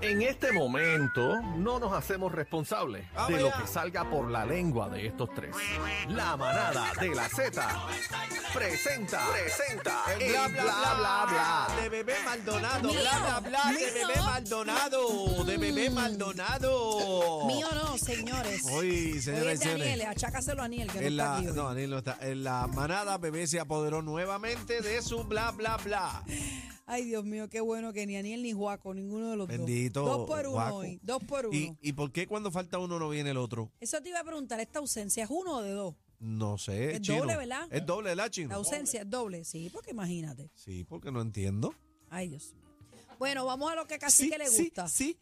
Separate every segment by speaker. Speaker 1: En este momento no nos hacemos responsables de lo que salga por la lengua de estos tres. La manada de la Z presenta, presenta el bla bla bla bla.
Speaker 2: De bebé Maldonado, bla bla bla, de bebé Maldonado, de bebé Maldonado.
Speaker 3: Mm. Mío no, señores.
Speaker 2: Hoy,
Speaker 3: Hoy
Speaker 2: señoras
Speaker 3: es
Speaker 2: y
Speaker 3: de Aniel,
Speaker 2: señores.
Speaker 3: achácaselo a Aniel, que
Speaker 2: En
Speaker 3: no está
Speaker 2: la,
Speaker 3: aquí hoy.
Speaker 2: no, Daniel no está. En la manada, bebé se apoderó nuevamente de su bla, bla, bla.
Speaker 3: Ay, Dios mío, qué bueno que ni Aniel ni Juaco, ninguno de los
Speaker 2: Bendito.
Speaker 3: dos. Dos por uno
Speaker 2: Guaco.
Speaker 3: hoy, dos por uno.
Speaker 2: ¿Y, ¿Y por qué cuando falta uno no viene el otro?
Speaker 3: Eso te iba a preguntar, ¿esta ausencia es uno o de dos?
Speaker 2: No sé.
Speaker 3: Es
Speaker 2: chino.
Speaker 3: doble, ¿verdad?
Speaker 2: Es doble, ¿verdad, chino?
Speaker 3: La ausencia es doble, sí, porque imagínate.
Speaker 2: Sí, porque no entiendo.
Speaker 3: Ay, Dios mío. Bueno, vamos a lo que a Cacique le
Speaker 2: sí,
Speaker 3: gusta.
Speaker 2: Sí.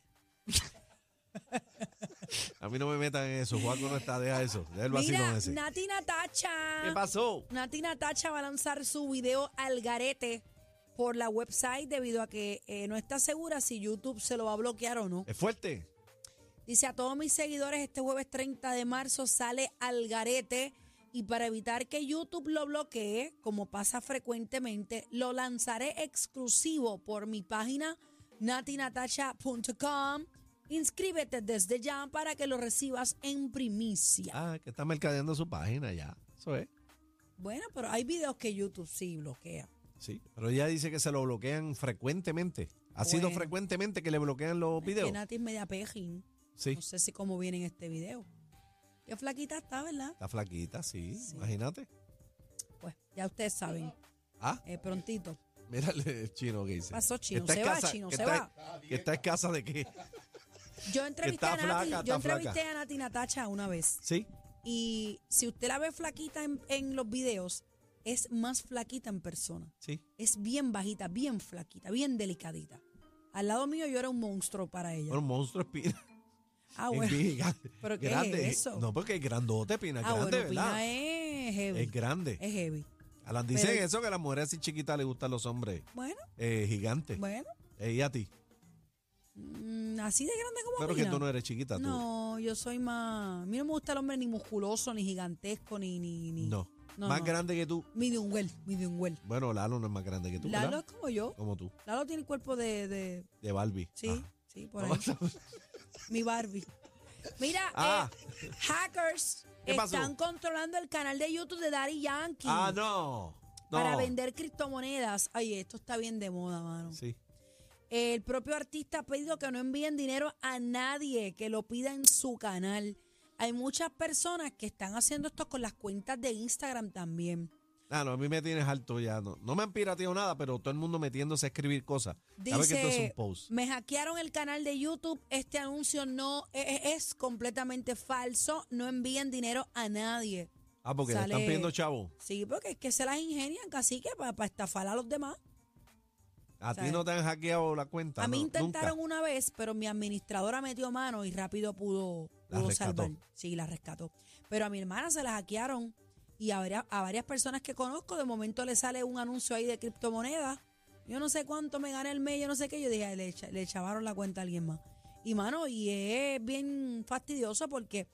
Speaker 2: A mí no me metan en eso. Juaco no está, deja eso. Deja el vacilón
Speaker 3: Mira,
Speaker 2: ese.
Speaker 3: Nati Natacha.
Speaker 2: ¿Qué pasó?
Speaker 3: Nati Natacha va a lanzar su video al garete por la website debido a que eh, no está segura si YouTube se lo va a bloquear o no.
Speaker 2: ¿Es fuerte?
Speaker 3: Dice a todos mis seguidores, este jueves 30 de marzo sale al garete y para evitar que YouTube lo bloquee, como pasa frecuentemente, lo lanzaré exclusivo por mi página natinatacha.com. Inscríbete desde ya para que lo recibas en primicia.
Speaker 2: Ah, que está mercadeando su página ya. Eso es.
Speaker 3: Bueno, pero hay videos que YouTube sí bloquea.
Speaker 2: Sí, pero ella dice que se lo bloquean frecuentemente. Ha sido
Speaker 3: Bueno.
Speaker 2: frecuentemente que le bloquean los
Speaker 3: Es que
Speaker 2: videos.
Speaker 3: Nati es media pejín.
Speaker 2: Sí,
Speaker 3: No sé si cómo viene en este video. Qué flaquita está, ¿verdad?
Speaker 2: está flaquita, sí,
Speaker 3: Sí.
Speaker 2: imagínate.
Speaker 3: Pues ya ustedes saben.
Speaker 2: Ah,
Speaker 3: Eh, prontito.
Speaker 2: mírale el chino que dice.
Speaker 3: Pasó, chino,
Speaker 2: Que está
Speaker 3: se va,
Speaker 2: escasa-
Speaker 3: chino,
Speaker 2: que
Speaker 3: se
Speaker 2: está- Que está escasa de qué.
Speaker 3: Yo entrevisté
Speaker 2: está
Speaker 3: a Nati,
Speaker 2: flaca, está
Speaker 3: yo entrevisté
Speaker 2: flaca.
Speaker 3: a Nati Natacha una vez.
Speaker 2: Sí,
Speaker 3: Y si usted la ve flaquita en, en los videos, es más flaquita en persona.
Speaker 2: sí.
Speaker 3: Es bien bajita, bien flaquita, bien delicadita. Al lado mío yo era un monstruo para ella.
Speaker 2: Bueno, monstruo espina.
Speaker 3: ah, bueno.
Speaker 2: Es gigante,
Speaker 3: ¿Pero qué es
Speaker 2: grande.
Speaker 3: eso?
Speaker 2: No, porque es grandote, Pina, es
Speaker 3: Ah,
Speaker 2: grande,
Speaker 3: bueno,
Speaker 2: ¿verdad?
Speaker 3: Pina es heavy.
Speaker 2: Es grande.
Speaker 3: Es heavy.
Speaker 2: A las dicen
Speaker 3: pero-
Speaker 2: eso que a las mujeres así chiquitas les gustan los hombres
Speaker 3: Bueno,
Speaker 2: eh, gigantes.
Speaker 3: bueno.
Speaker 2: Eh, y a ti.
Speaker 3: mm, así de grande como
Speaker 2: Claro que
Speaker 3: Pina.
Speaker 2: tú no eres chiquita, tú.
Speaker 3: No, yo soy más... A mí no me gusta el hombre ni musculoso, ni gigantesco, ni... ni, ni
Speaker 2: No.
Speaker 3: No,
Speaker 2: Más
Speaker 3: no.
Speaker 2: grande que tú.
Speaker 3: Medium well, medium well.
Speaker 2: Bueno, Lalo no es más grande que tú. ¿verdad?
Speaker 3: Lalo es como yo.
Speaker 2: Como tú,
Speaker 3: Lalo tiene el cuerpo de- de
Speaker 2: de Barbie. Ah.
Speaker 3: Sí,
Speaker 2: Ajá.
Speaker 3: sí, por ahí. Mi Barbie. Mira,
Speaker 2: Ah.
Speaker 3: eh, hackers
Speaker 2: ¿Qué pasó?
Speaker 3: están controlando el canal de YouTube de Daddy Yankee
Speaker 2: Ah, no. no.
Speaker 3: para vender criptomonedas. Ay, esto está bien de moda, mano.
Speaker 2: Sí.
Speaker 3: El propio artista ha pedido que no envíen dinero a nadie que lo pida en su canal. Hay muchas personas que están haciendo esto con las cuentas de Instagram también.
Speaker 2: Ah, no, a mí me tienes alto ya. No, no me han pirateado nada, pero todo el mundo metiéndose a escribir cosas. ¿Sabes que esto es
Speaker 3: Dice,
Speaker 2: un post?
Speaker 3: me hackearon el canal de YouTube, este anuncio no e- e- es, completamente falso, no envíen dinero a nadie.
Speaker 2: Ah, porque le están
Speaker 3: sale-
Speaker 2: pidiendo chavo.
Speaker 3: Sí, porque es que se las ingenian casi que para estafar a los demás.
Speaker 2: A ti
Speaker 3: sale-
Speaker 2: no te han hackeado la cuenta.
Speaker 3: a mí
Speaker 2: no,
Speaker 3: intentaron
Speaker 2: nunca.
Speaker 3: una vez, pero mi administradora metió mano y rápido pudo,
Speaker 2: La
Speaker 3: pudo
Speaker 2: rescató.
Speaker 3: salvar. Sí, la rescató. Pero a mi hermana se la hackearon y a varias, a varias personas que conozco, de momento le sale un anuncio ahí de criptomonedas. Yo no sé cuánto me gané el mes, yo no sé qué. Yo dije, "Ay, le, echa- le chavaron la cuenta a alguien más. Y mano, y es bien fastidioso porque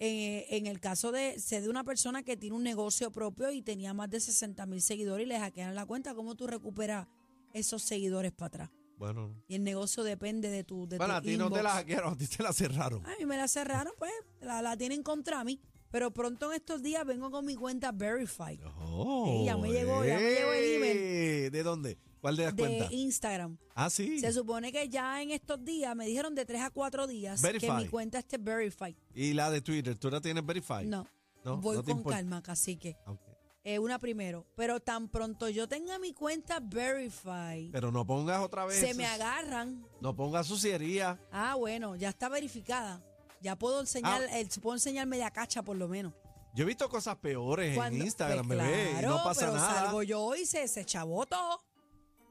Speaker 3: eh, en el caso de ser de una persona que tiene un negocio propio y tenía más de 60 mil seguidores y le hackearon la cuenta, ¿cómo tú recuperas esos seguidores para atrás?
Speaker 2: Bueno,
Speaker 3: Y el negocio depende de tu. De
Speaker 2: bueno,
Speaker 3: tu
Speaker 2: a ti no te
Speaker 3: inbox.
Speaker 2: la hackearon, a ti te la cerraron.
Speaker 3: A mí me la cerraron, pues la, la tienen contra mí. Pero pronto en estos días vengo con mi cuenta Verified.
Speaker 2: Oh,
Speaker 3: Sí, ya me llegó, ya me llegó el email.
Speaker 2: eh, ¿De dónde? ¿Cuál de las
Speaker 3: de
Speaker 2: cuentas?
Speaker 3: Instagram.
Speaker 2: Ah, sí.
Speaker 3: Se supone que ya en estos días me dijeron de tres a cuatro días que
Speaker 2: Verify.
Speaker 3: mi cuenta esté verified.
Speaker 2: Y la de Twitter, ¿tú la tienes verified?
Speaker 3: No,
Speaker 2: No,
Speaker 3: voy
Speaker 2: no te
Speaker 3: con
Speaker 2: importa.
Speaker 3: calma, cacique.
Speaker 2: Ah, ok.
Speaker 3: Eh, una primero. Pero tan pronto yo tenga mi cuenta verified,
Speaker 2: Pero no pongas otra vez.
Speaker 3: se me
Speaker 2: sus-
Speaker 3: agarran.
Speaker 2: No pongas suciería.
Speaker 3: Ah, bueno, ya está verificada. Ya puedo enseñar,
Speaker 2: Ah.
Speaker 3: eh, puedo enseñar media cacha por lo menos.
Speaker 2: Yo he visto cosas peores
Speaker 3: Cuando-
Speaker 2: en Instagram,
Speaker 3: pues
Speaker 2: bebé. y
Speaker 3: claro,
Speaker 2: no pasa
Speaker 3: pero
Speaker 2: nada.
Speaker 3: salgo yo y se, se chavó todo.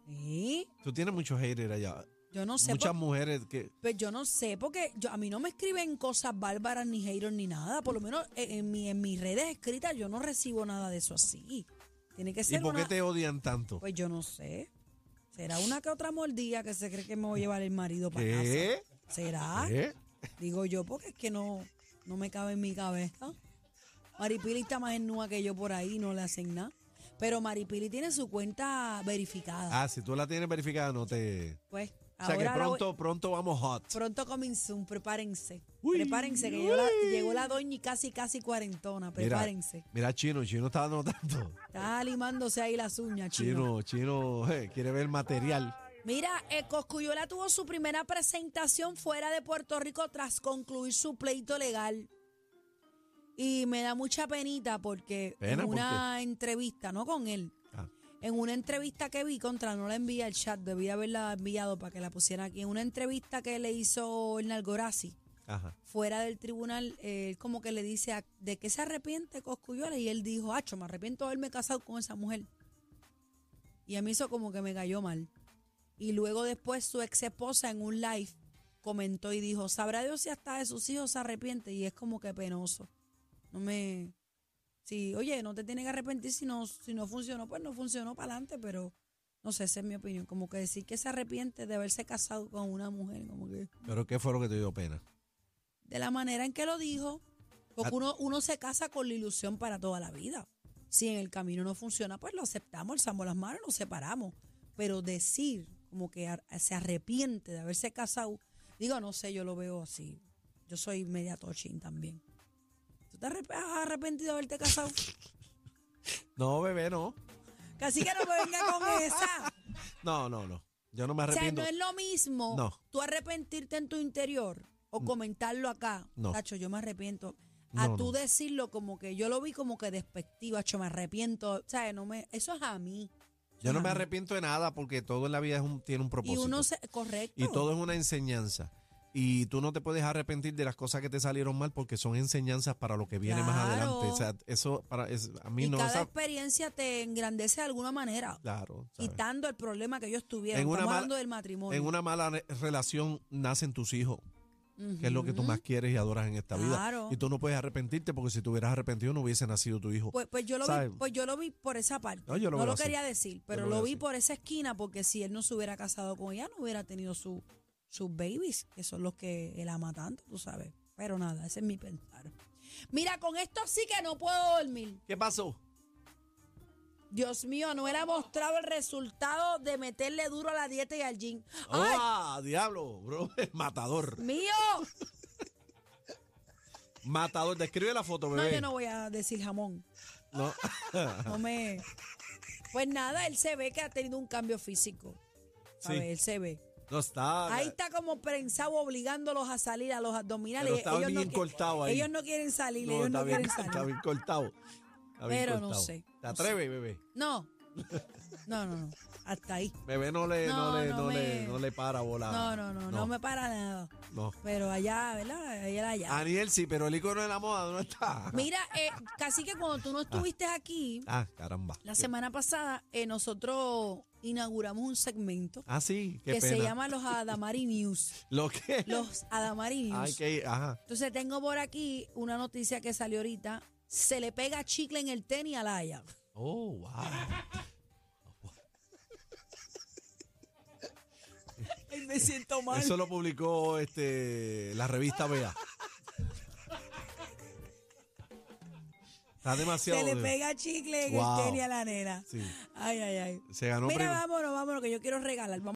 Speaker 3: Sí,
Speaker 2: Tú tienes muchos haters allá.
Speaker 3: Yo no sé.
Speaker 2: Muchas
Speaker 3: por-
Speaker 2: mujeres que.
Speaker 3: pues yo no sé, porque yo, a mí no me escriben cosas bárbaras, ni haters, ni nada. Por lo menos eh, en, mi- en mis redes escritas yo no recibo nada de eso así. Tiene que
Speaker 2: ¿Y
Speaker 3: ser
Speaker 2: por qué
Speaker 3: una-
Speaker 2: te odian tanto?
Speaker 3: Pues yo no sé. ¿Será una que otra mordida que se cree que me voy a llevar el marido para
Speaker 2: ¿Qué?
Speaker 3: casa? ¿Será?
Speaker 2: ¿Eh?
Speaker 3: Digo yo, porque es que no, no me cabe en mi cabeza. Maripili está más en nua que yo por ahí, no le hacen nada. Pero Maripili tiene su cuenta verificada.
Speaker 2: Ah, si tú la tienes verificada, no te.
Speaker 3: pues
Speaker 2: O sea que
Speaker 3: ahora la voy-
Speaker 2: pronto, pronto vamos hot.
Speaker 3: pronto comenzó, prepárense.
Speaker 2: Uy,
Speaker 3: prepárense, que llegó la,
Speaker 2: uy.
Speaker 3: llegó la doña y casi, casi cuarentona.
Speaker 2: Mira,
Speaker 3: Prepárense.
Speaker 2: Mira, Chino, Chino está anotando.
Speaker 3: Está limándose ahí las uñas, chino.
Speaker 2: Chino, Chino, eh, quiere ver material.
Speaker 3: Mira, eh, Coscuyola tuvo su primera presentación fuera de Puerto Rico tras concluir su pleito legal. Y me da mucha penita porque
Speaker 2: ¿Pena?
Speaker 3: en
Speaker 2: ¿Por
Speaker 3: una entrevista, no con él,
Speaker 2: Ah.
Speaker 3: en una entrevista que vi contra, no la envía el chat, debí haberla enviado para que la pusiera aquí, en una entrevista que le hizo el Nalgorazi
Speaker 2: Ajá.
Speaker 3: fuera del tribunal, él como que le dice a- de qué se arrepiente Coscuyola y él dijo, Acho, me arrepiento de haberme casado con esa mujer. Y a mí eso como que me cayó mal. Y luego después su ex esposa en un live comentó y dijo, sabrá Dios si hasta de sus hijos se arrepiente y es como que penoso. No me... Sí, oye, no te tienes que arrepentir si no, si no funcionó, pues no funcionó para adelante, pero no sé, esa es mi opinión. Como que decir que se arrepiente de haberse casado con una mujer, como que
Speaker 2: Pero ¿qué fue lo que te dio pena?
Speaker 3: de la manera en que lo dijo,
Speaker 2: Ah.
Speaker 3: porque uno, uno se casa con la ilusión para toda la vida. Si en el camino no funciona, pues lo aceptamos, alzamos las manos, nos separamos. Pero decir como que ar- se arrepiente de haberse casado, digo, no sé, yo lo veo así. Yo soy media tochín también. ¿Tú te arrep- has arrepentido de haberte casado?
Speaker 2: No, bebé, no.
Speaker 3: Casi que no me venga con esa.
Speaker 2: No, no, no. Yo no me
Speaker 3: O sea,
Speaker 2: arrepiento.
Speaker 3: no es lo mismo
Speaker 2: No. Mm.
Speaker 3: tú arrepentirte en tu interior o comentarlo acá.
Speaker 2: No.
Speaker 3: Tacho, yo me arrepiento. A
Speaker 2: No,
Speaker 3: tú
Speaker 2: no.
Speaker 3: decirlo como que yo lo vi como que despectivo, Tacho, me arrepiento. O sea, no me, eso es a mí.
Speaker 2: Yo no me
Speaker 3: Ajá.
Speaker 2: arrepiento de nada porque todo en la vida es un- tiene un
Speaker 3: Y
Speaker 2: propósito.
Speaker 3: uno se. Correcto.
Speaker 2: Y todo es una enseñanza. Y tú no te puedes arrepentir de las cosas que te salieron mal porque son enseñanzas para lo que viene más
Speaker 3: Claro.
Speaker 2: adelante. O sea, eso para es- a mí
Speaker 3: Y
Speaker 2: no
Speaker 3: cada
Speaker 2: esa-
Speaker 3: experiencia te engrandece de alguna manera,
Speaker 2: claro. ¿sabes?
Speaker 3: quitando el problema que yo estuviera.
Speaker 2: En una
Speaker 3: Estamos
Speaker 2: mala-
Speaker 3: hablando del matrimonio.
Speaker 2: En una mala re- relación nacen tus hijos, que es lo que tú
Speaker 3: Ujú.
Speaker 2: más quieres y adoras en esta
Speaker 3: Claro.
Speaker 2: vida. Y tú no puedes arrepentirte porque si te hubieras arrepentido no hubiese nacido tu hijo.
Speaker 3: Pues, pues yo lo
Speaker 2: ¿Sabes?
Speaker 3: vi, pues yo lo vi por esa parte.
Speaker 2: No, yo lo
Speaker 3: no
Speaker 2: veo
Speaker 3: lo
Speaker 2: así.
Speaker 3: quería decir, pero
Speaker 2: lo
Speaker 3: lo,
Speaker 2: veo
Speaker 3: vi
Speaker 2: así.
Speaker 3: por esa esquina porque si él no se hubiera casado con ella, no hubiera tenido su- sus babies, que son los que él ama tanto, tú sabes. Pero nada, ese es mi pensar. Mira, con esto sí que no puedo dormir.
Speaker 2: ¿Qué pasó?
Speaker 3: Dios mío, Anuel ha mostrado el resultado de meterle duro a la dieta y al gym. ¡Ay,
Speaker 2: ¡Ah, diablo! Bro, matador.
Speaker 3: mío!
Speaker 2: Matador. Describe la foto,
Speaker 3: No,
Speaker 2: bebé.
Speaker 3: yo no voy a decir jamón.
Speaker 2: Pues. No.
Speaker 3: No me. Pues nada, él se ve que ha tenido un cambio físico. A
Speaker 2: Sí.
Speaker 3: ver, él se ve.
Speaker 2: No está.
Speaker 3: Ahí está como prensado obligándolos a salir a los abdominales.
Speaker 2: Pero estaba bien
Speaker 3: no, qui-
Speaker 2: cortado ahí.
Speaker 3: ellos no quieren salir,
Speaker 2: No,
Speaker 3: ellos
Speaker 2: está,
Speaker 3: no
Speaker 2: bien,
Speaker 3: quieren salir.
Speaker 2: está bien cortado. Está bien
Speaker 3: Pero no
Speaker 2: cortado.
Speaker 3: sé,
Speaker 2: ¿Te
Speaker 3: no
Speaker 2: atreves, bebé?
Speaker 3: No. No, no, no. Hasta ahí.
Speaker 2: Bebé no le, no,
Speaker 3: No,
Speaker 2: le,
Speaker 3: no
Speaker 2: no,
Speaker 3: me-
Speaker 2: le, no le para bola.
Speaker 3: No, no, no, no, me para nada.
Speaker 2: no.
Speaker 3: Pero allá, ¿verdad? Allá, allá.
Speaker 2: Aniel sí, pero el icono de la moda Ah, no está.
Speaker 3: Mira, eh, casi que cuando tú no estuviste aquí,
Speaker 2: Ah, caramba.
Speaker 3: la semana pasada, eh, nosotros inauguramos un segmento
Speaker 2: Ah, sí, qué
Speaker 3: que
Speaker 2: pena.
Speaker 3: se llama los Adamari News.
Speaker 2: ¿Lo que
Speaker 3: Los Adamari News.
Speaker 2: Ay, que, ajá.
Speaker 3: Entonces tengo por aquí una noticia que salió ahorita. Se le pega chicle en el tenis a Laia.
Speaker 2: Oh, wow.
Speaker 3: Ay, me siento mal.
Speaker 2: Eso lo publicó este, la revista Bea. Está demasiado.
Speaker 3: Se le
Speaker 2: de-
Speaker 3: pega chicle en
Speaker 2: Wow.
Speaker 3: el tenis a la nena.
Speaker 2: Sí.
Speaker 3: Ay, ay, ay.
Speaker 2: Se ganó
Speaker 3: Mira,
Speaker 2: prim-
Speaker 3: vámonos, vámonos, que yo quiero regalar.